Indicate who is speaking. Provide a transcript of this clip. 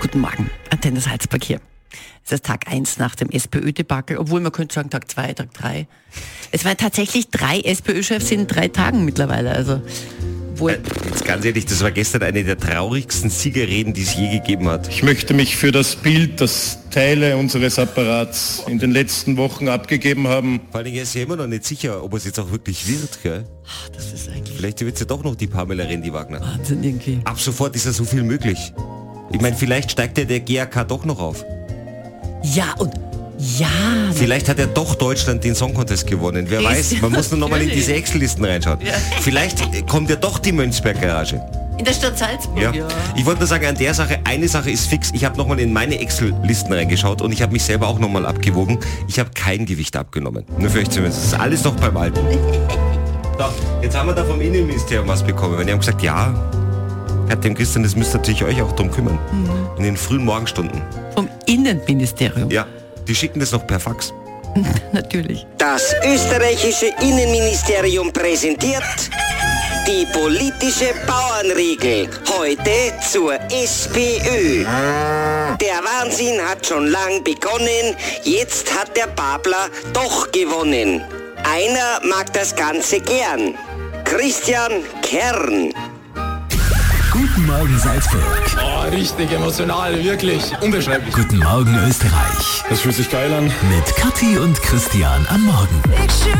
Speaker 1: Guten Morgen, Antenne Salzburg hier. Es ist Tag 1 nach dem SPÖ-Debakel, obwohl man könnte sagen Tag 2, Tag 3. Es waren tatsächlich drei SPÖ-Chefs in drei Tagen mittlerweile. Also, wo
Speaker 2: Jetzt ganz ehrlich, das war gestern eine der traurigsten Siegerreden, die es je gegeben hat.
Speaker 3: Ich möchte mich für das Bild, das Teile unseres Apparats in den letzten Wochen abgegeben haben.
Speaker 2: Vor allen Dingen ist ja immer noch nicht sicher, ob es jetzt auch wirklich wird, gell?
Speaker 1: Ach, das ist eigentlich
Speaker 2: Vielleicht wird es ja doch noch die Pamela Rendi-Wagner.
Speaker 1: Wahnsinn irgendwie.
Speaker 2: Ab sofort ist ja so viel möglich. Ich meine, vielleicht steigt ja der GAK doch noch auf.
Speaker 1: Ja, und ja,
Speaker 2: Vielleicht hat ja doch Deutschland den Song Contest gewonnen. Wer
Speaker 1: Ist-
Speaker 2: weiß, man muss nur nochmal in
Speaker 1: Natürlich.
Speaker 2: diese Excel-Listen reinschauen. Vielleicht äh, kommt ja doch die Mönchsberg-Garage.
Speaker 1: in der Stadt Salzburg.
Speaker 2: Ja. Ich wollte nur sagen, an der Sache, eine Sache ist fix. Ich habe nochmal in meine Excel-Listen reingeschaut und ich habe mich selber auch nochmal abgewogen. Ich habe kein Gewicht abgenommen. Nur für euch zumindest. Das ist alles noch beim Alten. So, jetzt haben wir da vom Innenministerium was bekommen. Weil die haben gesagt, ja, Herr dem Christian, das müsst natürlich euch auch drum kümmern. In den frühen Morgenstunden.
Speaker 1: Vom Innenministerium,
Speaker 2: Ja, die schicken das noch per Fax.
Speaker 1: natürlich.
Speaker 4: Das österreichische Innenministerium präsentiert die politische Bauernregel. Heute zur SPÖ. Der Wahnsinn hat schon lang begonnen, jetzt hat der Babler doch gewonnen. Einer mag das Ganze gern. Christian Kern.
Speaker 5: Guten Morgen Salzburg.
Speaker 6: Oh, richtig emotional, wirklich. Unbeschreiblich.
Speaker 5: Guten Morgen Österreich.
Speaker 3: Das fühlt sich geil an.
Speaker 5: Mit Kathi und Christian am Morgen.